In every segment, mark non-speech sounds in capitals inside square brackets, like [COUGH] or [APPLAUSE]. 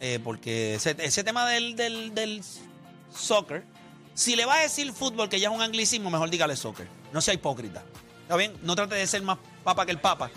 eh, porque ese, ese tema del, del, del soccer, si le vas a decir fútbol, que ya es un anglicismo, mejor dígale soccer. No sea hipócrita. ¿Está bien? No trate de ser más papa que el papa.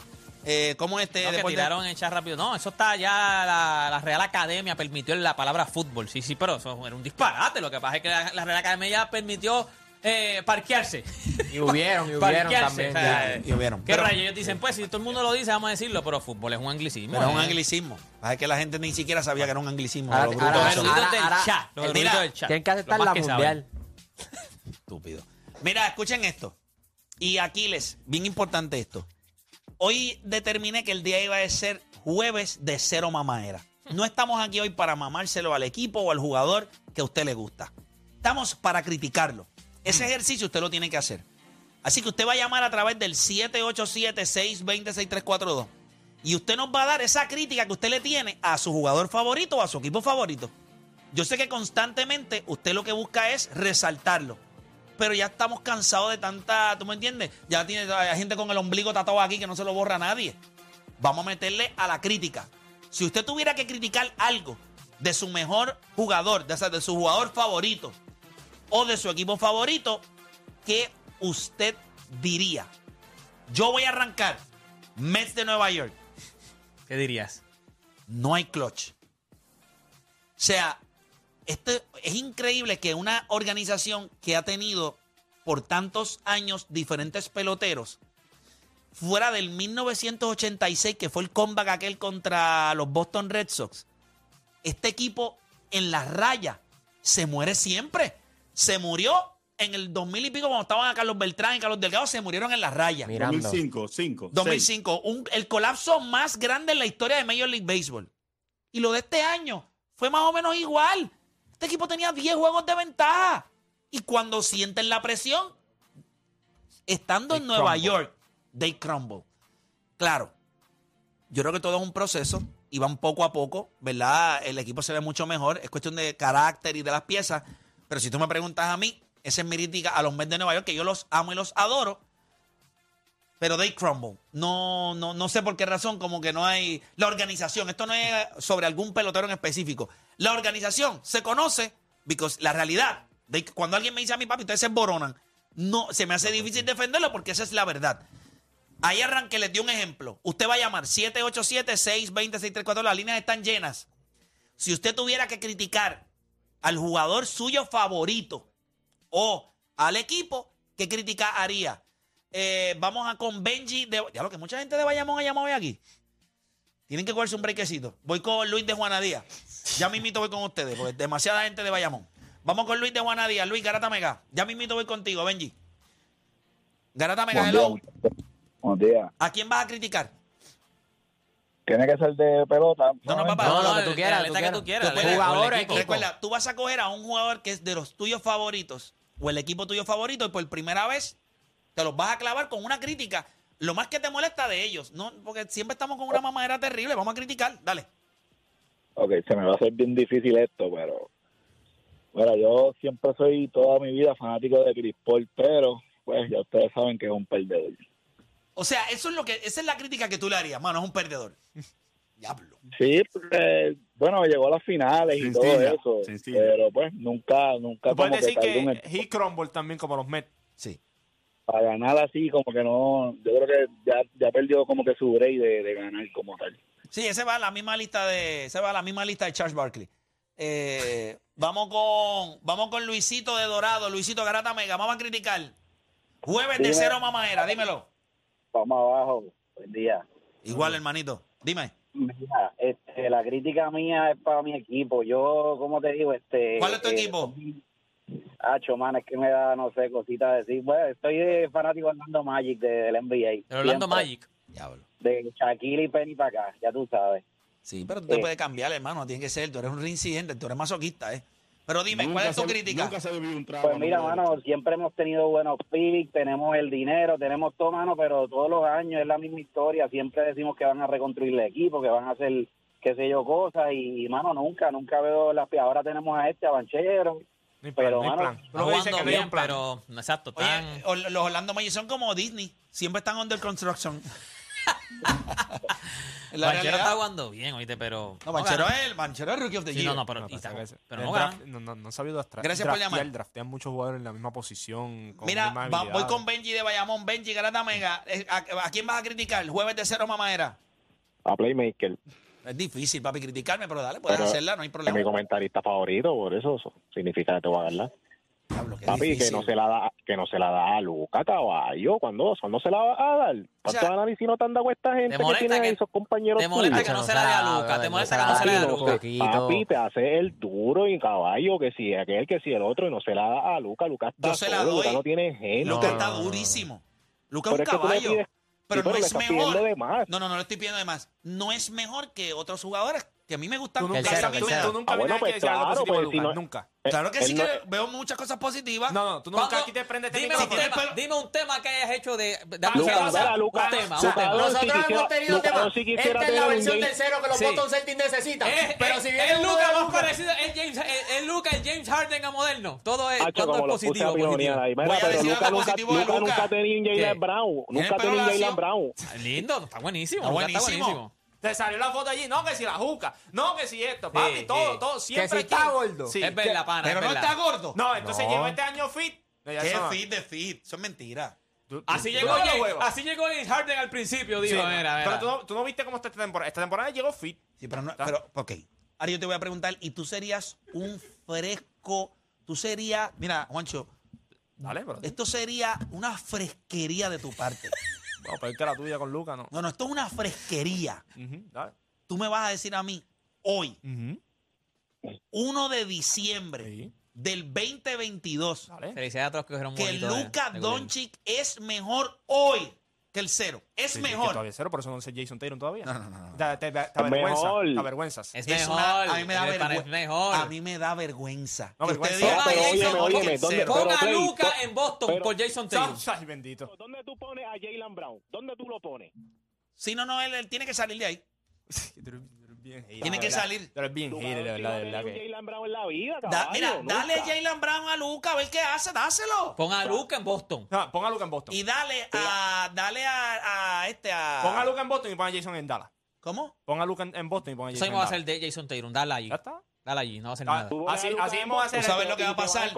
Eh, ¿Cómo este No, que deporte- tiraron echar rápido. No, eso está ya. La, la Real Academia permitió la palabra fútbol. Sí, sí, pero eso era un disparate. Lo que pasa es que la, la Real Academia ya permitió eh, parquearse. Y hubieron, [LAUGHS] y hubieron Parquearse, también. o sea, ya. Y hubieron. ¿Qué Pero- rayos? Ellos dicen, pues, si todo el mundo lo dice, vamos a decirlo, pero fútbol es un anglicismo. Pero es un eh. anglicismo. Ah, Es que la gente ni siquiera sabía que era un anglicismo. Ahora- lo bruto ahora- que Los son. eruditos ahora- del ahora- chat. Los Mira, eruditos del chat. Tienen que aceptar los la más que saben. mundial. Estúpido. Mira, escuchen esto. Y Aquiles, bien importante esto. Hoy determiné que el día iba a ser jueves de cero mamadera. No estamos aquí hoy para mamárselo al equipo o al jugador que a usted le gusta. Estamos para criticarlo. Ese ejercicio usted lo tiene que hacer. Así que usted va a llamar a través del 787-620-6342. Y usted nos va a dar esa crítica que usted le tiene a su jugador favorito o a su equipo favorito. Yo sé que constantemente usted lo que busca es resaltarlo. Pero ya estamos cansados de tanta, ¿tú me entiendes? Ya tiene hay gente con el ombligo tatuado aquí que no se lo borra a nadie. Vamos a meterle a la crítica. Si usted tuviera que criticar algo de su mejor jugador, de, o sea, de su jugador favorito o de su equipo favorito, ¿qué usted diría? Yo voy a arrancar. Mets de Nueva York ¿Qué dirías? no hay clutch. O sea, esto es increíble que una organización que ha tenido por tantos años diferentes peloteros, fuera del 1986, que fue el comeback aquel contra los Boston Red Sox, este equipo en la raya se muere siempre. Se murió en el 2000 y pico cuando estaban a Carlos Beltrán y Carlos Delgado, se murieron en la raya. Mirando. 2005, 5. 2005, un- el colapso más grande en la historia de Major League Baseball. Y lo de este año fue más o menos igual. Este equipo tenía 10 juegos de ventaja. Y cuando sienten la presión, estando They en Nueva crumble. York, they crumble. Claro, yo creo que todo es un proceso y van poco a poco, ¿verdad? El equipo se ve mucho mejor. Es cuestión de carácter y de las piezas. Pero si tú me preguntas a mí, esa es mi crítica a los Mets de Nueva York, que yo los amo y los adoro. Pero they crumble. No, no, no sé por qué razón, como que no hay. La organización, esto no es sobre algún pelotero en específico. La organización se conoce, because la realidad, de que cuando alguien me dice a mi papi, ustedes se boronan, no, se me hace difícil defenderlo porque esa es la verdad. Ahí arranque, les di un ejemplo. Usted va a llamar 787-620-634. Las líneas están llenas. Si usted tuviera que criticar al jugador suyo favorito o al equipo, ¿qué crítica haría? Eh, vamos a con Benji de. Ya lo que mucha gente de Bayamón ha llamado hoy aquí. Tienen que cogerse un brequecito. Voy con Luis de Juanadía. Ya mismito voy con ustedes, porque demasiada gente de Bayamón. Vamos con Luis de Juanadía. Luis Garata Mega. Ya mismito voy contigo, Benji. Garata Mega, Buen hello. día, muchachos. Buenos días. ¿A quién vas a criticar? Tiene que ser de pelota. No, no, papá. No, lo que tú el- quieras, el tú atleta que quieras. tú quieras. Tú el atleta, jugador, el equipo. equipo. Recuerda, tú vas a coger a un jugador que es de los tuyos favoritos o el equipo tuyo favorito y por primera vez te los vas a clavar con una crítica. Lo más que te molesta de ellos, no, porque siempre estamos con una mamadera terrible. Vamos a criticar, dale. Ok, se me va a hacer bien difícil esto, pero. Bueno, yo siempre soy toda mi vida fanático de Chris Paul, pero pues ya ustedes saben que es un perdedor. O sea, eso es lo que, esa es la crítica que tú le harías, mano, es un perdedor. Diablo. Sí, porque, bueno, llegó a las finales y todo Sencilla, eso, sencilla. pero pues nunca, nunca Tú como puedes que decir cargó un que equipo he crumble también como los Mets. Sí. para ganar así, como que no, yo creo que ya, ya perdió como que su break de, de ganar como tal. Sí, ese va a la misma lista de, ese va a la misma lista de Charles Barkley. Eh, [LAUGHS] vamos con, vamos con Luisito de Dorado, Luisito Garata Mega, vamos a criticar. Jueves de Dime. cero mamadera, dímelo. Vamos abajo, Oh, buen día. Igual, hermanito. Dime, pues, Mira, este, la crítica mía es para mi equipo. Yo, como te digo, este. ¿cuál es tu eh, equipo? Hacho, man, es que me da, no sé, cosita decir. Bueno, estoy eh, fanático de Orlando Magic de- del NBA. El Orlando Siempre. Magic. Diablo. De Shaquille y Penny para acá, ya tú sabes. Sí, pero tú te Eh. puedes cambiar, hermano. Tiene que ser. Tú eres un reincidente, tú eres masoquista, ¿eh? Pero dime, ¿cuál Nunca es tu se- crítica? Nunca se bebió un trago. Pues mira, no, mano, siempre hemos tenido buenos picks, tenemos el dinero, tenemos todo, mano, pero todos los años es la misma historia. Siempre decimos que van a reconstruir el equipo, que van a hacer, qué sé yo, cosas. Y, mano, nunca, nunca veo las. Ahora tenemos a este, a Banchero. No hay plan, Pero, no hay mano, plan. Tú Está lo que dices es jugando que no hay bien, un plan. pero. Exacto, Oye, tan. Or- los Orlando Magic son como Disney. Siempre están under construction. [LAUGHS] En la Banchero está realidad- jugando bien, oíste, pero. No, Banchero gana. es el Banchero es Rookie of the Sí, Year. no, no, pero, Lo y que pasa está- es que pero el no draft- gana. no, no, no han sabido draftear. Gracias por llamar. Draftean muchos jugadores en la misma posición. Con Mira, mismas va- voy habilidades. con Benji de Bayamón. Benji, Garata Mega. Eh, ¿A, a quién vas a criticar? Jueves de cero, mamadera. A Playmaker, Es difícil, papi, criticarme, pero dale, puedes Pero- hacerla, no hay es problema. mi comentarista favorito, por eso eso significa que te voy a dar la. Diablo, qué Papi, que difícil. no se la da, que no se la da a Luca, caballo, cuando no se la va a dar. O sea, ¿Cuántos análisis no te han dado esta gente que molesta tiene que- ahí esos compañeros te molesta tuyos? que no se la dé a Luca, te molesta que no se la dé a Papi, Luca. te- Papi, te hace el duro y caballo, que si aquel, que si el otro, y no se la da a Luca, Luca está Yo se la solo, doy. Luca no tiene gente. Luca Sí, está no, no, no. durísimo. Luca es un Pero es que tú le caballo. pides- pero no le es estás pidiendo mejor. de más. No, no, no le estoy pidiendo de más. No es mejor que otros jugadores que a mí me gustan. Tú nunca, Claro Tercero, que- tú- tercero. tú nunca Ah, vienes bueno, aquí pues a decir algo claro, positivo de pues, si Lucas, no- nunca. Claro que Él sí no- que veo muchas cosas positivas. No, no, tú Cuando- nunca aquí te prendes este dime, un micrófono. tema, dime un tema que hayas hecho de. Luca, de de- Lucas, Lucas, mira, Lucas, un tema, un Lucas, tema. Lucas, Nosotros si hemos quisiera- tenido Lucas, tema. si quisiera Esta es tener la un versión game- del cero que los Sí. Boston Celtics necesitan. Es- Pero es- si es viene uno Luca de más Luca- parecido, es James, es, es Luca, el James Harden a moderno. Todo es, Hacho, todo como es lo puse positivo. a pionear positivo. ahí. Mira, Voy a pero decir Luca algo nunca, positivo de Luca Luca. nunca ha tenido un ¿Qué? Jalen Brown. ¿Tiene Nunca ha el pelo tenido un lacio? Jalen Brown. Ah, Lindo, está buenísimo. Está Luca Está buenísimo. buenísimo. Te salió la foto allí, no, que si la juca, no, que si esto, papi, Sí, todo, sí. todo, siempre si aquí. está gordo. Sí. Es verdad, pana. Pero es no verdad. está gordo. No, entonces No. llegó este año fit. No, ya ¿Qué eso no. fit de fit? Eso es mentira. Tú- tú- Así tú llegó, no lo James, juegas. así llegó James Harden al principio, Sí, digo, no. mira, mira. Pero tú no, tú no viste cómo está esta temporada. Esta temporada llegó fit. Sí, pero no, ¿Está? pero, ok. Ahora yo te voy a preguntar, ¿y tú serías un fresco? Tú serías, mira, Juancho, Dale, pero. esto sería una fresquería de tu parte. Bueno, pero es que la tuya con Luca, no. No, no, esto es una fresquería. Ujú, dale. Tú me vas a decir a mí, hoy, Ujú, 1 de diciembre Sí. del 2022, Dale. Felicidades a todos los que cogieron que eh, bonito de- Luca de gobierno. Doncic es mejor hoy que el cero. Es Sí, que mejor. todavía es cero, por eso no sé Jason Taylor todavía. No, no, no, no, no. Te, te- te Es avergüenza, mejor. te avergüenzas. Es Es mejor. una- a mí me da el pan es vergüenza. mejor. A mí me da vergüenza. No, Que vergüenza. usted diga, Ponga a Pero "Ay, óyeme, Jason- Jason, óyeme, porque el ¿dónde- cero". Ponga a Clay, Luca pero- en Boston pero- por Jason Taylor. Ay, bendito. ¿Dónde tú pones a Jalen Brown? ¿Dónde tú lo pones? Si no, no, él, él tiene que salir de ahí. Tiene Tiene que salir. Pero es bien hater, de verdad, de verdad. Que... Jalen Brown en la vida, Da- mira, dale a Jaylan Brown a Luca, a ver qué hace, dáselo. Ponga a Luca en Boston. No, ponga a Luca en Boston. Y dale a, dale a, a este, a... Ponga a Luca en Boston y ponga a Jason en Dallas. ¿Cómo? Ponga a Luca en, en Boston y ponga a Eso Jason en mismo va a Dallas. ser de Jason Taylor. Dale allí. Ya está. Dale allí, no va a hacer Ah, nada. tú- Así- así mismo va a ser Tú sabes lo que va a pasar. Que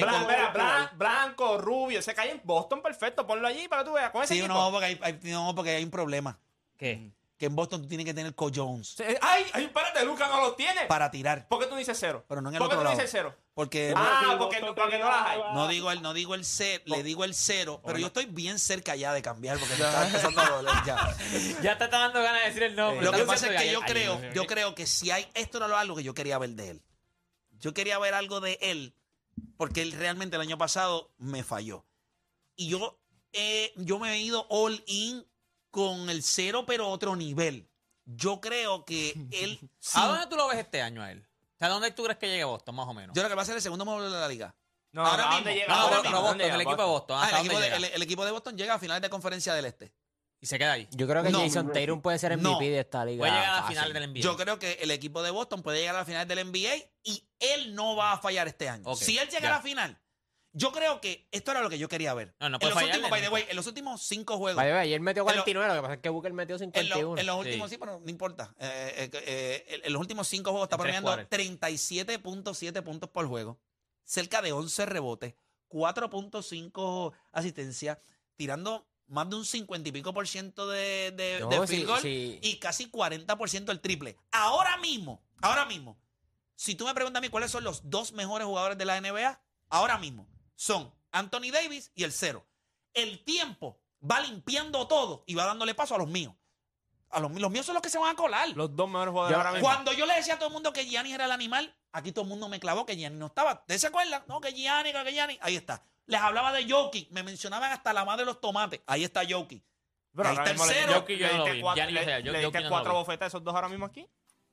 Blan- como- mira, blan- blanco, rubio, se cae en Boston, perfecto. Ponlo allí para que tú veas. Con ese Sí, equipo. no porque, hay, hay- no, porque hay un problema. ¿Qué? Que en Boston tú tienes que tener co-Jones Sí, Ay, ay, espérate, Luca no lo tiene. para tirar, ¿Por qué tú dices cero? pero no en el ¿Por qué otro tú lado. dices cero? Porque Ah, porque, no- porque no las hay. no digo el, no digo el cero, le digo el cero, pero Bueno. yo estoy bien cerca ya de cambiar [LAUGHS] porque me está empezando a doler ya. Ya te está dando ganas de decir el nombre. Lo que Estás pasa es diciendo que yo ay, creo, ay, yo ay. creo que si hay esto era lo- algo que yo quería ver de él. Yo quería ver algo de él porque él realmente el año pasado me falló. Y yo eh, yo me he ido all in con el cero pero a otro nivel. Yo creo [LAUGHS] que él sí- ¿A dónde tú lo ves este año a él? O sea, ¿a dónde tú crees que llegue Boston, más o menos? yo creo que va a ser el segundo módulo de la liga. No, Ahora ¿a dónde mismo. llega? no, ¿A pero, dónde pero Boston, llega el equipo de Boston. Ah, ¿Hasta el, dónde equipo de, llega? el- el equipo de Boston llega a finales de conferencia del Este. Y se queda ahí. Yo creo que No. Jason Taylor puede ser MVP No. de esta liga. Puede llegar a la fácil. final del NBA. Yo creo que el equipo de Boston puede llegar a la final del NBA y él no va a fallar este año. Ok, si él llega ya. a la final, yo creo que esto era lo que yo quería ver. No, no en, puede los fallarle últimos, by the nunca. way, en los últimos cinco juegos. Vaya, vaya, ayer metió En lo- 49, lo que pasa es que Booker metió En, lo- 51. en los Sí. últimos, sí. pero no importa. Eh, eh, eh, en los últimos cinco juegos está En tres promediando cuartos. 37.7 puntos por juego, cerca de 11 rebotes, 4.5 asistencia, tirando más de un 50 y pico por ciento de, de, No, de sí, field goal sí. y casi 40% el triple. Ahora mismo, ahora mismo, si tú me preguntas a mí cuáles son los dos mejores jugadores de la NBA, ahora mismo son Anthony Davis y el cero. El tiempo va limpiando todo y va dándole paso a los míos. A los, los míos son los que se van a colar. Los dos mejores jugadores Yo- ahora mismo. Cuando yo le decía a todo el mundo que Gianni era el animal, aquí todo el mundo me clavó que Gianni no estaba. ¿Te se acuerdan? No, que Gianni, que Gianni. Ahí está. Les hablaba de Jokic. Me mencionaban hasta la madre de los tomates. Ahí está Jokic. Pero ahí está ahora el mismo le- cero. Jokic, Yo le no lo diste vi. cuatro- Ya ni lo sé, le- yo- le yo que diste no cuatro lo vi. bofetas a esos dos ahora mismo aquí.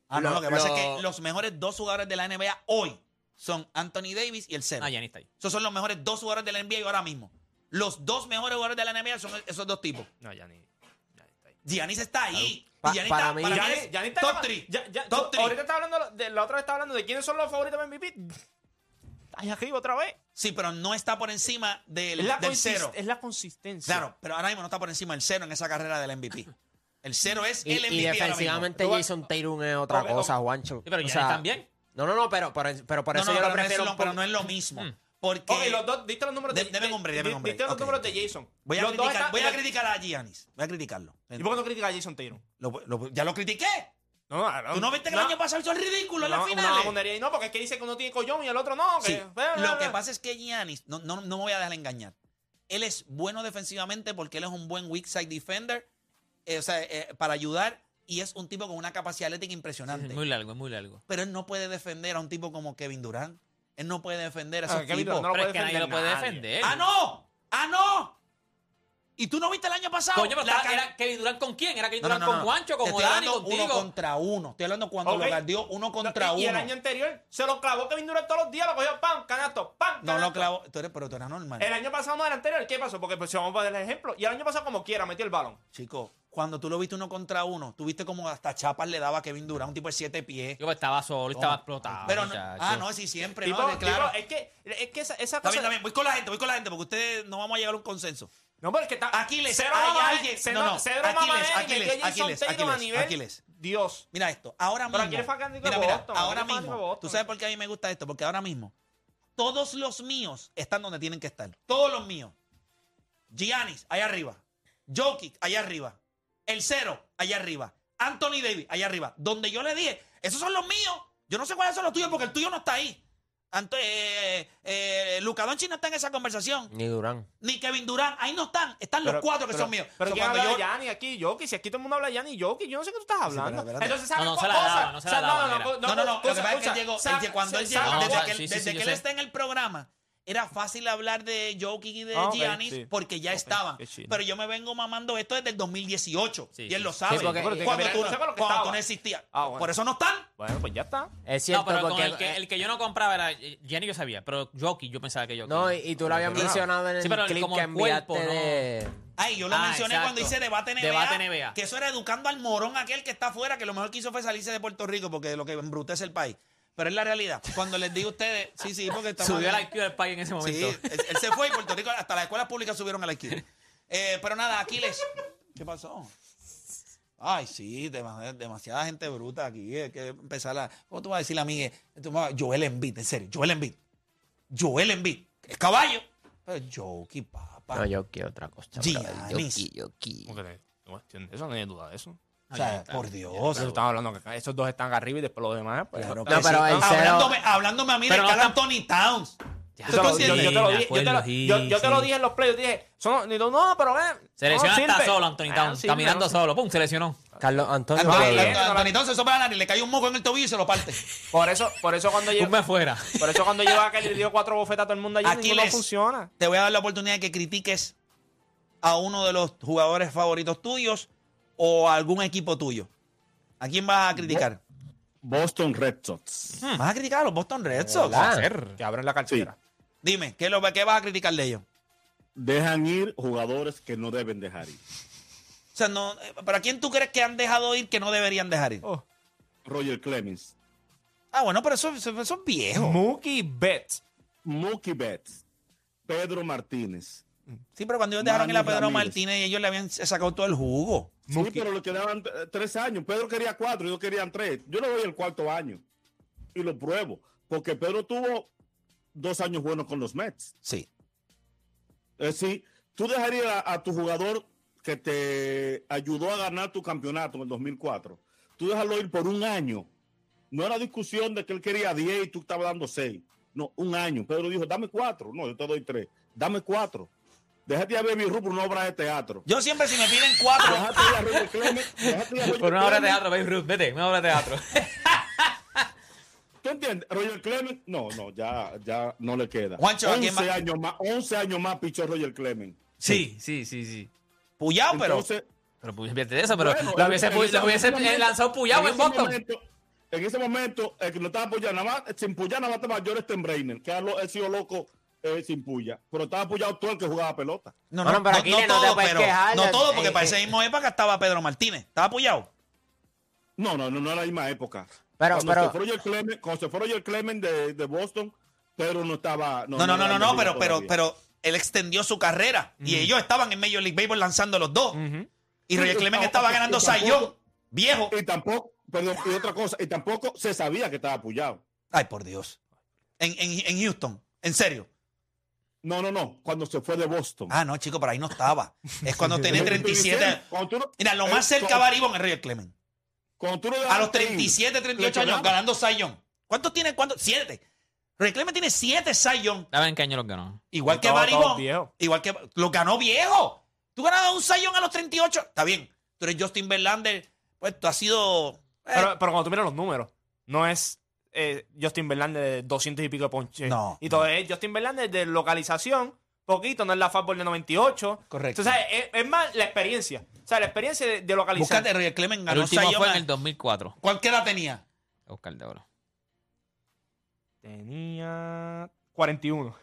Ah, no, Lo- lo que pasa lo- es que los mejores dos jugadores de la NBA hoy son Anthony Davis y el cero. Ah, Gianni está ahí. Esos son los mejores dos jugadores de la NBA ahora mismo. Los dos mejores jugadores de la NBA son esos dos tipos. No, ya ni. ya ni está ahí. Giannis está ahí. Pa- y Giannis para está, mí- para mí Giannis- es Giannis está top llama- three. ya- ya- Top tú- three. Ahorita está hablando de, la otra vez está hablando de quiénes son los favoritos de MVP. ahí arriba otra vez. Sí, pero no está por encima del, Es la, del consist- cero. es la consistencia. Claro, pero ahora mismo no está por encima del cero en esa carrera del MVP. El cero es Y, el MVP. y ahora mismo. defensivamente Tú vas- Jason Tatum es otra Ok, cosa, Juancho. Sí, pero O Giannis sea, también. No, no, no, pero, pero, pero por No, eso no, yo lo pero no es prefiero. lo- un poco- pero no es lo mismo. Mm. Porque Ok, los dos, diste los números de De- deme nombre, deme di- nombre. Diste los Ok. números de Jason. voy, a Los dos criticar, están- voy a criticar a Giannis. Voy a criticarlo. ¿Y por qué no criticas a Jason Taylor? Lo- lo- ya lo critiqué. No, Ah, no, ¿Tú no viste que el año pasado hizo el ridículo en una- la una final? babonería. Y no, porque es que dice que uno tiene collón y el otro no. que- Sí. bla, bla, Lo que bla. pasa es que Giannis, no, no, no me voy a dejar engañar. Él es bueno defensivamente porque él es un buen weak side defender, eh, o sea, eh, para ayudar, y es un tipo con una capacidad atlética impresionante. Es muy largo, es muy largo. pero él no puede defender a un tipo como Kevin Durant. Él no puede defender a Ah, esos Kevin tipos. Durant No lo pero puede es que nadie lo defender puede nadie. defender. ¡Ah, no! ¡Ah, no! ¿Y tú no viste el año pasado? Coño, pero La estaba- ca- era Kevin Durant con quién? ¿Era Kevin No, no, Durant no, con no. Juancho, Te con estoy Dani, hablando uno contigo? contra uno. Estoy hablando cuando Ok. lo perdió uno contra y, uno. y el año anterior se lo clavó Kevin Durant todos los días, lo cogió pan, canasto, no pan, lo canasto. clavó. Tú eres, pero tú eras normal. El año pasado no, el anterior, ¿qué pasó? Porque pues, si vamos a poner el ejemplo. Y el año pasado, como quiera, metió el balón. Chico, cuando tú lo viste uno contra uno, tú viste como hasta chapas le daba a Kevin Durant, un tipo de siete pies. Yo pues, estaba solo, y estaba Toma. explotado. Pero no- muchacho. eh, ah, no, sí, siempre. Tipo, no, de- claro. tipo, es que, es que esa, esa Está cosa. bien, está bien. Voy con la gente, voy con la gente, porque ustedes no vamos a llegar a un consenso. No, pero es que está. Aquiles, Cero hay mamá, alguien- Cero, no, no, cero Aquiles, mamá, eh, Aquiles, metió Jason Aquiles, Tatum a Aquiles, nivel Aquiles. Dios. Mira esto, ahora mismo. Pero aquí eres fanático de mira, mira, Boston, ahora eres fanático de mismo. Boston. Tú sabes por qué a mí me gusta esto, porque ahora mismo todos los míos están donde tienen que estar. Todos los míos. Giannis, allá arriba. Jokic, allá arriba. El Cero, allá arriba. Anthony Davis, allá arriba. Donde yo le dije, esos son los míos. Yo no sé cuáles son los tuyos porque el tuyo no está ahí. Anto eh, eh, Luka Doncic no está en esa conversación. Ni Durán. Ni Kevin Durant, ahí no están. Están los Pero- cuatro que pero- son míos. Pero So, ¿quién cuando habla yo- de Yanni aquí? Yoki, si aquí todo el mundo habla de Yanni, Yoki, yo no sé qué tú estás pero hablando. espérate. Entonces, No, ¿sabes no, se la cosa? daba, no se la O sea, daba, no, mira. no, No, no, no. Lo que pasa es cosa, que él escucha, llegó, sa- él llegó- cuando él sa- llegó, no, desde, bueno, que, él- sí, sí, desde sí, que él yo sé. está en el programa, era fácil hablar de Jokic y de Ah, ok, Giannis sí. porque ya Ok, estaban. qué chido. Pero yo me vengo mamando esto desde el 2018 Sí, y él sí, lo sí. sabe. Sí, porque- cuando pero tiene que tú, ver- no- saca lo que cuando tú estaba. no existías. Ah, bueno. Por eso no están. Bueno, pues ya está. Es cierto, No, pero con porque. el, que, el que yo no compraba era Jenny, yo sabía, pero Jockey, yo pensaba que Jockey. No, y, y tú lo habías Pero- mencionado en el Sí, pero clip como que el cuerpo, enviaste ¿no? de. Ay, yo lo Ah, mencioné exacto. cuando hice debate NBA, Debate NBA. Que eso era educando al morón aquel que está afuera, que lo mejor que hizo fue salirse de Puerto Rico porque lo que embrutece el país. Pero es la realidad. Cuando les digo a ustedes, sí, sí, porque estamos. Subió el IQ del país en ese Sí, momento. él, él se fue y Puerto Rico, hasta las escuelas públicas subieron al IQ. Eh, pero nada, Aquiles. ¿Qué pasó? Ay, sí, dema- demasiada gente bruta aquí. Hay que empezar a. ¿Cómo tú vas a decir, amiga? Tú vas a- Joel Embiid, en serio, Joel Embiid. Joel Embiid. Es caballo. Pero Joki, papá. No, yo quiero otra cosa. Giannis. brother. Yo quiero, yo quiero. Eso no hay duda de eso. o sea, por Dios. estamos hablando que acá esos dos están arriba y después los demás. pues, Claro está- No, que pero sí. el cero- hablándome, hablándome a mí de Pero no Carl está- Anthony Towns. Ya, Yo te, lo, Sí, yo, yo te lo dije, yo te lo- sí, yo- yo te lo sí. dije en los playoffs. Dije, son, y tú, no, pero ven. Se lesionó hasta solo, Anthony Ah, Town. Caminando solo. Pum, se lesionó. Carlos Antonio. Anthony, bien, Anthony- no la- Anthony Towns se sopla la nariz, le cae un moco en el tobillo y se lo parte. Por eso, por eso cuando Tú llegó, me fuera. por eso cuando llegó aquel le dio cuatro bofetas a todo el mundo allí, Aquiles. ninguno funciona. te voy a dar la oportunidad de que critiques a uno de los jugadores favoritos tuyos o a algún equipo tuyo. ¿A quién vas a criticar? Boston Red Sox. Hmm. Vas a criticar a los Boston Red Sox. ¿Verdad? Que abren la Sí. cartera. Dime, ¿qué, lo, ¿qué vas a criticar de ellos? Dejan ir jugadores que no deben dejar ir. O sea, no, eh, ¿pero a quién tú crees que han dejado ir que no deberían dejar ir? Oh. Roger Clemens, Ah, bueno, pero eso, eso, eso es viejo. Mookie Betts. Mookie Betts, Pedro Martínez. Sí, pero cuando ellos dejaron ir a Manny Pedro Ramírez. Martínez, ellos le habían sacado todo el jugo. Sí, pero le quedaban eh, tres años. Pedro quería cuatro, ellos querían tres. Yo le doy el cuarto año y lo pruebo. Porque Pedro tuvo dos años buenos con los Mets. Sí. Es decir, Eh, tú dejarías a, a tu jugador que te ayudó a ganar tu campeonato en el 2004. Tú dejarlo ir por un año. No era discusión de que él quería 10 y tú estabas dando 6. No, un año. Pedro dijo, dame 4. No, yo te doy 3. Dame 4. Déjate a Baby Ruth por una obra de teatro. Yo siempre, si me piden Ah. cuatro, Déjate ir a Roger Clemens. Déjate ir a Roger Por una obra de Clemens. teatro, Babe Ruth, vete, una obra de teatro. ¿Tú entiendes? Roger Clemens. No, no, ya, ya no le queda. Juancho, ¿a quién 11 más? años más, 11 años más pichó Roger Clemens. Sí, sí, sí, sí. puyao, pero. Entonces, Pero pues, fíjate de eso, pero Bueno, lo hubiese, en- pu- en- lo hubiese, en- eh, lanzado Puyao en en ese Boston. momento- En ese momento, el que no estaba apoyando, nada más, sin puya nada más estaba Joris Breiner, que ha lo- ha sido loco eh, sin puya. Pero estaba apoyado todo el que jugaba pelota. No, Bueno, pero aquí no te puedes quejar, no ya- todo, porque eh, para eh. ese mismo época estaba Pedro Martínez. Estaba apoyado. No, no, no, no era la misma época. Pero- cuando, pero- se fue Roger Clemens, cuando se fue Roger Clemen de, de Boston, Pedro no estaba. No, no, no, no, era no, libre pero, pero, todavía. pero él extendió su carrera y ellos estaban en Major League Baseball lanzando los dos. Y Roger Sí, [LAUGHS] Clemens no, estaba ganando tampoco- Sayón, viejo. Y tampoco, perdón, y otra cosa, y tampoco se sabía que estaba apoyado. Ay, por Dios. En, en- en Houston, en serio. No, no, no, cuando se fue de Boston. Ah, no, chico, pero ahí no estaba. Es [LAUGHS] cuando Es tenía lo que estoy 37. diciendo, cuando tú no- Mira, lo eh, más cerca cuando- va Baribón es Roger Clemens. cuando tú no A los dejaste ir, 37, 38 le años ganaba. ganando Sayón. ¿Cuántos tiene? ¿Cuántos? Siete. Roger Clemens tiene siete Sayón. Dame en qué año los ganó. Igual que Todo- todo Baribón. viejo. Igual que. Lo ganó viejo. Tú ganabas un Sayón a los 38. Está bien. Tú eres Justin Verlander. Pues tú has sido. eh, Pero, pero cuando tú miras los números, no es eh, Justin Verlander de 200 y pico de ponche. No, Y todo es Justin Verlander de localización, poquito, no es la fastball de 98. Correcto. Entonces, o sea, es, es más la experiencia. O sea, la experiencia de, de localizar. búscate, Roger Clemens El ganó último Sayón. fue en el 2004. ¿Cuál qué edad tenía? Oscar de Oro. Tenía 41,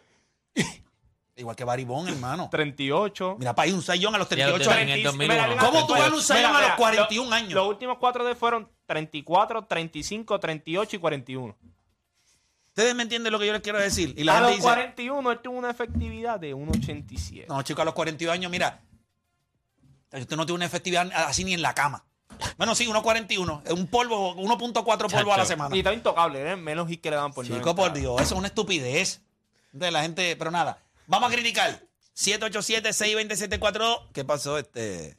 Igual que Baribón, hermano. 38. Mira, para ahí un Sayón a los Ya 38 lo tengo años. en el 30, 2001. mira, mira, ¿Cómo tú mira, ganas un Sayón mira, a los mira, 41 lo- años? Los últimos cuatro de fueron 34, 35, 38 y 41. Ustedes me entienden lo que yo les quiero decir. Y la A gente los dice, 41 él tuvo una efectividad de 1.87. no, chico, a los 42 años, mira, usted no tiene una efectividad así ni en la cama. Bueno, sí, 1.41, es un polvo, 1.4 polvo a la Chacho. semana. Y estaba intocable, ¿eh? menos hit que le daban por Chico, 90. por Dios, eso es una estupidez. De la gente, pero nada, vamos a criticar. 787-620-742. ¿Qué pasó? Este,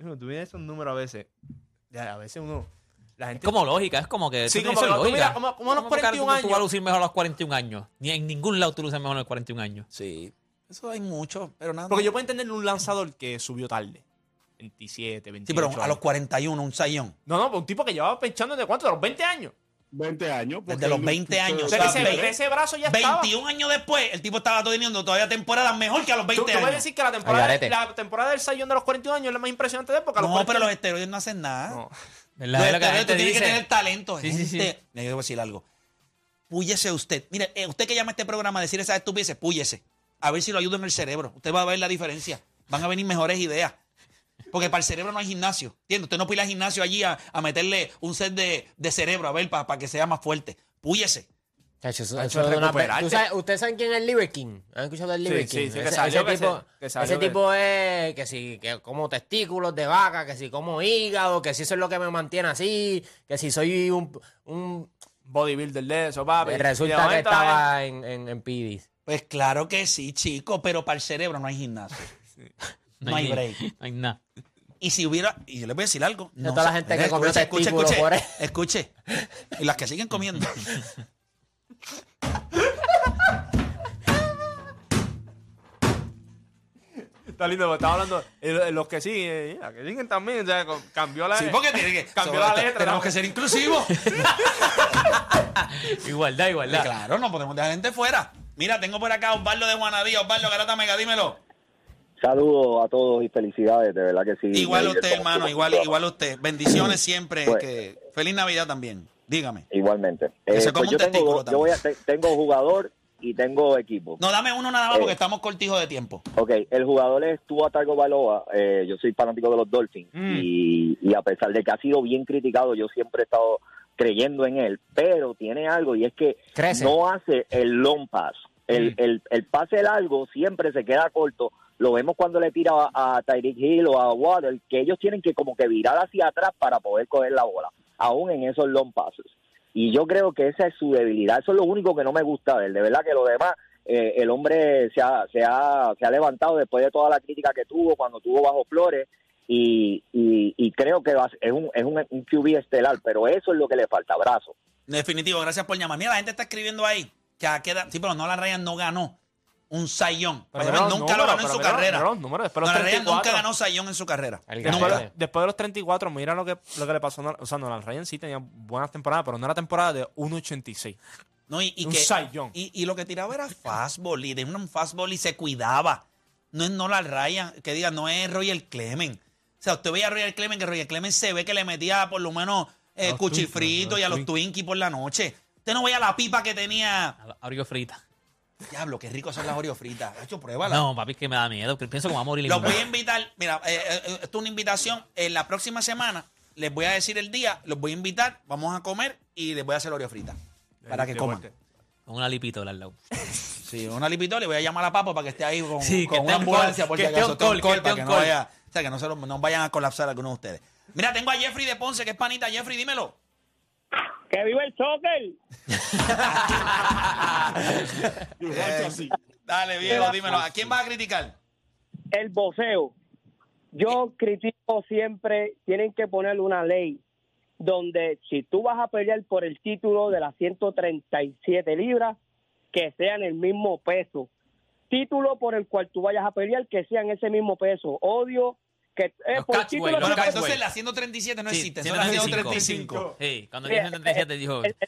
Hijo, Tú miras esos números a veces. Ya, a veces uno. La Es gente. como lógica, es como que. Sí, eso tiene como que ser lo- tú lógica. mira, como- como a los ¿Cómo carajo 41 tú- Tú vas a años? lucir mejor a los 41 años. Ni en ningún lado tú luces mejor a los 41 años. sí, eso hay mucho, pero nada. Porque yo puedo entender un lanzador que subió tarde. 27, 28. sí, pero a años. los 41, un Sayón. No, no, un tipo que llevaba pinchando de cuánto, de los 20 años. 20 años. porque Desde los él- 20 años, O O sea, sea, ese, ve- ese brazo ya estaba. 21 años después, el tipo estaba teniendo todavía temporadas mejor que a los Tú, 20 tú puedes años. decir que la temporada, Algarete. la temporada del Sayón de los 41 años es la más impresionante de época. No, pero los los esteroides no hacen nada. 41 ¿Verdad? Es lo que la Pero gente tú tienes dice. que tener talento, Sí, gente. sí, sí. Mira, yo debo decir algo. Púyese usted. Mire, eh, usted que llama a este programa a decir esas estupideces, púyese. A ver si lo ayuda en el cerebro. Usted va a ver la diferencia. Van a venir mejores ideas. Porque para el cerebro no hay gimnasio. ¿Entiendes? Usted no pide al gimnasio allí a, a meterle un set de, de cerebro, a ver, para que sea más fuerte. Púyese. Chacho, eso- Chacho, eso es una pe- recuperarte. ¿Tú sabes- ¿Ustedes saben quién es el Liver King? ¿Han escuchado el Liver Sí, sí, King? sí, que ese, salió, ese que tipo, se- que salió ese que- tipo es que si que como testículos de vaca, que si como hígado, que si eso es lo que me mantiene así, que si soy un... un- Bodybuilder de eso, papi. Y de resulta que momento, eh, estaba en, en, en PDs. Pues claro que sí, chico, pero para el cerebro no hay gimnasio. No hay break. [LAUGHS] No hay nada. Y si hubiera, y yo les voy a decir algo. De toda la gente que comió testículo escuche, por él. escuche. Y las que siguen comiendo. Está lindo, porque estaba hablando. eh, Los que siguen, eh, los que siguen también, o sea, con- cambió la. Sí, porque tiene que. [LAUGHS] Cambió sobre la esto, letra, Tenemos ¿no? que ser [LAUGHS] inclusivos. Igualdad, igualdad. claro, no podemos dejar gente fuera. Mira, tengo por acá a Osvaldo de Juanadía. Osvaldo Garata Mega, dímelo. Saludos a todos y felicidades, de verdad que sí. igual Miguel, usted, como hermano, siempre, igual, igual usted. Bendiciones siempre. Pues- que- feliz Navidad también. Dígame. Igualmente. Que se Eh, coma pues un yo, tengo, testículo dos- yo voy a, te- tengo jugador y tengo equipo. No, dame uno nada más Eh. porque estamos cortijos de tiempo. Ok, el jugador es Tua Tagovailoa, eh, yo soy fanático de los Dolphins Mm. y, y a pesar de que ha sido bien criticado, yo siempre he estado creyendo en él, pero tiene algo y es que Crece. no hace el long pass, el, Mm. el, el pase largo siempre se queda corto, lo vemos cuando le tira a, a Tyreek Hill o a Water, que ellos tienen que como que virar hacia atrás para poder coger la bola, aún en esos long passes. Y yo creo que esa es su debilidad, eso es lo único que no me gusta de él, de verdad que lo demás eh, el hombre se ha, se, ha, se ha levantado después de toda la crítica que tuvo cuando tuvo bajo Flores y, y, y creo que va a- es, un, es un, un QB estelar, pero eso es lo que le falta, brazo. Definitivo, gracias por llamar. Mira, la gente está escribiendo ahí que a qué edad- Sí, pero no la Ryan no ganó un sayón. Pero Pero mira los nunca lo números, ganó en pero su mira- carrera. mira los números, después los Nolan Ryan 34. nunca ganó sayón en su carrera. Al Nunca. ganador. Después, después de los 34, mira lo que, lo que le pasó. a Nolan- O sea, Nolan Ryan sí tenía buenas temporadas, pero no era temporada de 1.86. No, y, y Un que- Cy Young. y- y lo que tiraba era fastball y tenía un fastball y se cuidaba. No es Nolan Ryan, que diga, no es Roger Clemens. O sea, usted veía a Roger Clemens, que Roger Clemens se ve que le metía por lo menos eh, A los cuchifrito Twinkies, a y a los los Twinkies por la noche. Usted no veía la pipa que tenía. Abrigo frita. Diablo, qué rico son las Oreo fritas. Hecho, pruébala. No, papi, es que me da miedo. Pienso que me va a morir. Los voy igual. a invitar, mira, eh, eh, eh, esto es una invitación. En la próxima semana les voy a decir el día, los voy a invitar, vamos a comer y les voy a hacer Oreo frita para que Qué coman. fuerte. Con una lipitola al lado. Sí, una lipitola y voy a llamar a Papo para que esté ahí con, Sí, con una que esté on call, ambulancia, por que si esté acaso, on esté on call, call, que para esté que on no, call. vaya, o sea, que no, se lo- no vayan a colapsar algunos de ustedes. Mira, tengo a Jeffrey de Ponce, que es panita. Jeffrey, dímelo. ¡Que viva el soccer! Y guacho así. Dale, viejo, dímelo. ¿A quién vas a criticar? el voceo. Yo critico siempre, tienen que poner una ley donde si tú vas a pelear por el título de las 137 libras, que sean el mismo peso. Título por el cual tú vayas a pelear, que sean ese mismo peso. Odio que... eh, Los por el catchweight, título los no Bueno, pues puedes- Cowboys. entonces las 137 no Sí, existen, son las 135. Sí, cuando dijo 77 dijo... Eh, eh,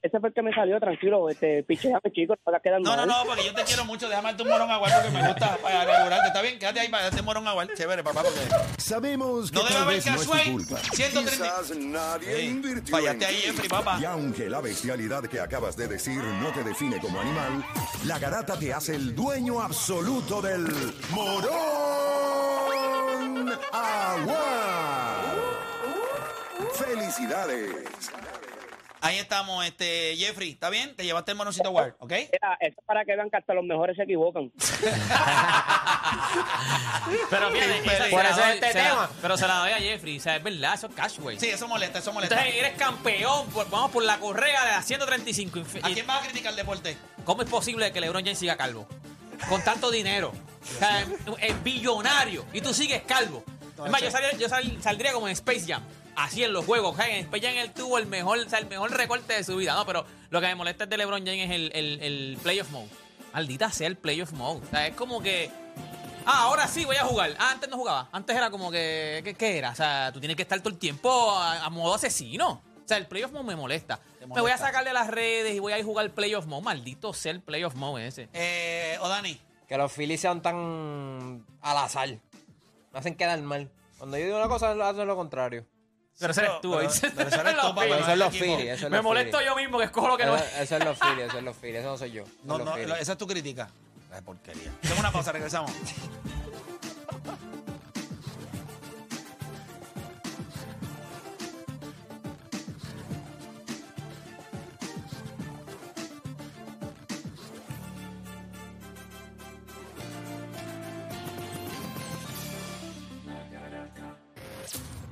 Ese fue el que me salió, tranquilo. Este, picheame, chico, no vas a quedar No, no, mal. no, porque yo te quiero mucho. Déjame darte un morón agual porque me gusta para inaugurarte. Está bien, quédate ahí para darte un morón agual. Chévere, papá, porque Sabemos que no debe tal haber vez no es tu casual. culpa. 130. Quizás nadie Sí, invirtió fallaste en ahí, ti. Jeffrey, papá. Y aunque la bestialidad que acabas de decir no te define como animal, la garata te hace el dueño absoluto del morón agua. Felicidades. Ahí estamos, este Jeffrey. ¿Está bien? Te llevaste el moroncito agual, ¿ok? Era- eso es para que vean que hasta los mejores se equivocan. Pero fíjate, esa se Por la eso doy- es este se la- tema. pero se la doy a Jeffrey, o sea, es verdad, eso es cashway. Sí, eso molesta, eso molesta. Entonces eres campeón, pues, vamos por la correa de la 135. infi- ¿A quién vas a criticar el deporte? ¿Cómo es posible que LeBron James siga calvo? Con tanto dinero. O sea, es billonario. Y tú sigues calvo. Es más, yo, salía- yo sal- saldría como en Space Jam. Así en los juegos. O sea, En Space Jam él tuvo el mejor, o sea, el mejor recorte de su vida. No, pero lo que me molesta de LeBron James es el, el, el playoff mode. Maldita sea el playoff mode. O sea, es como que. Ah, ahora sí voy a jugar. Ah, antes no jugaba. Antes era como que. ¿Qué, qué era? O sea, tú tienes que estar todo el tiempo a, a modo asesino. O sea, el playoff mode me molesta. Me voy a molesta. sacarle las redes y voy a ir a jugar playoff mode. Maldito sea el playoff mode ese. Eh, o Dani. Que los Phillies sean tan al azar. Me hacen quedar mal. Cuando yo digo una cosa, hacen lo contrario. Pero ese eres tú, pero- ¿oíste? pero [LAUGHS] [LAUGHS] eso eres tú, Los papá. Phillies. eso es los equipo. Phillies. Eso es Me los molesto Phillies. yo mismo que escojo lo que no Eso, eso es los Phillies, eso es los Phillies. Eso no soy yo. eso No, es los no, Phillies. esa es tu crítica. La porquería. Hacemos una pausa, regresamos.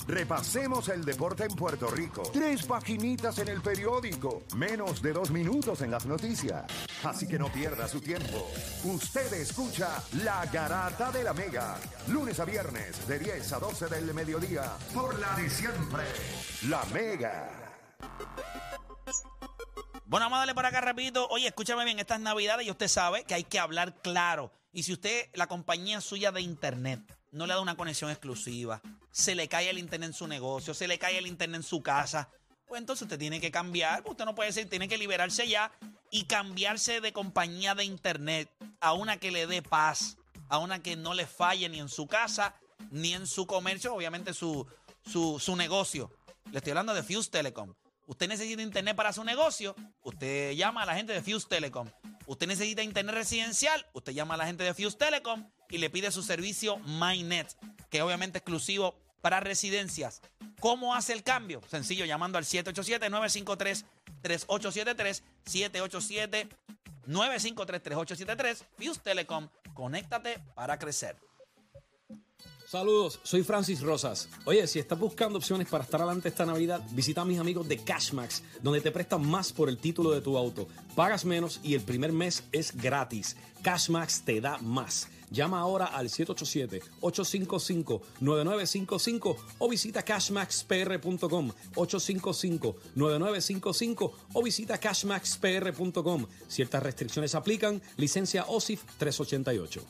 Repasemos el deporte en Puerto Rico. Tres paginitas en el periódico. Menos de dos minutos en las noticias. Así que no pierda su tiempo. Usted escucha La Garata de la Mega. Lunes a viernes de 10 a 12 del mediodía. Por la de siempre. La Mega. Bueno, vamos a darle por acá rapidito. Oye, escúchame bien, estas navidades y usted sabe que hay que hablar claro. Y si usted, la compañía suya de internet, no le da una conexión exclusiva, se le cae el internet en su negocio, se le cae el internet en su casa, pues entonces usted tiene que cambiar. Usted no puede decir, tiene que liberarse ya y cambiarse de compañía de internet a una que le dé paz, a una que no le falle ni en su casa, ni en su comercio, obviamente su, su, su negocio. Le estoy hablando de Fuse Telecom. Usted necesita internet para su negocio, usted llama a la gente de Fuse Telecom. Usted necesita internet residencial, usted llama a la gente de Fuse Telecom y le pide su servicio MyNet, que es obviamente exclusivo para residencias. ¿Cómo hace el cambio? Sencillo, llamando al 787-953-3873, 787-953-3873, Fuse Telecom, conéctate para crecer. Saludos, soy Francis Rosas. Oye, si estás buscando opciones para estar adelante esta Navidad, visita a mis amigos de Cashmax, donde te prestan más por el título de tu auto. Pagas menos y el primer mes es gratis. Cashmax te da más. Llama ahora al 787-855-9955 o visita cashmaxpr.com 855-9955 o visita cashmaxpr.com. Ciertas restricciones aplican. Licencia OSIF 388.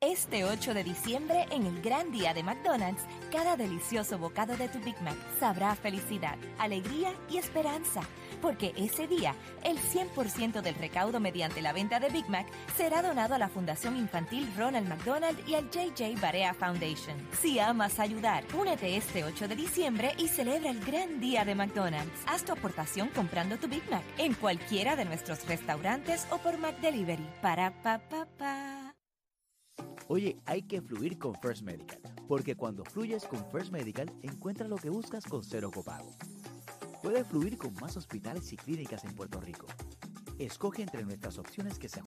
Este 8 de diciembre, en el gran día de McDonald's, cada delicioso bocado de tu Big Mac sabrá felicidad, alegría y esperanza. Porque ese día, el 100% del recaudo mediante la venta de Big Mac será donado a la Fundación Infantil Ronald McDonald y al JJ Barea Foundation. Si amas ayudar, únete este 8 de diciembre y celebra el gran día de McDonald's. Haz tu aportación comprando tu Big Mac en cualquiera de nuestros restaurantes o por McDelivery. Para pa pa pa. Oye, hay que fluir con First Medical, porque cuando fluyes con First Medical encuentras lo que buscas con cero copago. Puedes fluir con más hospitales y clínicas en Puerto Rico. Escoge entre nuestras opciones que se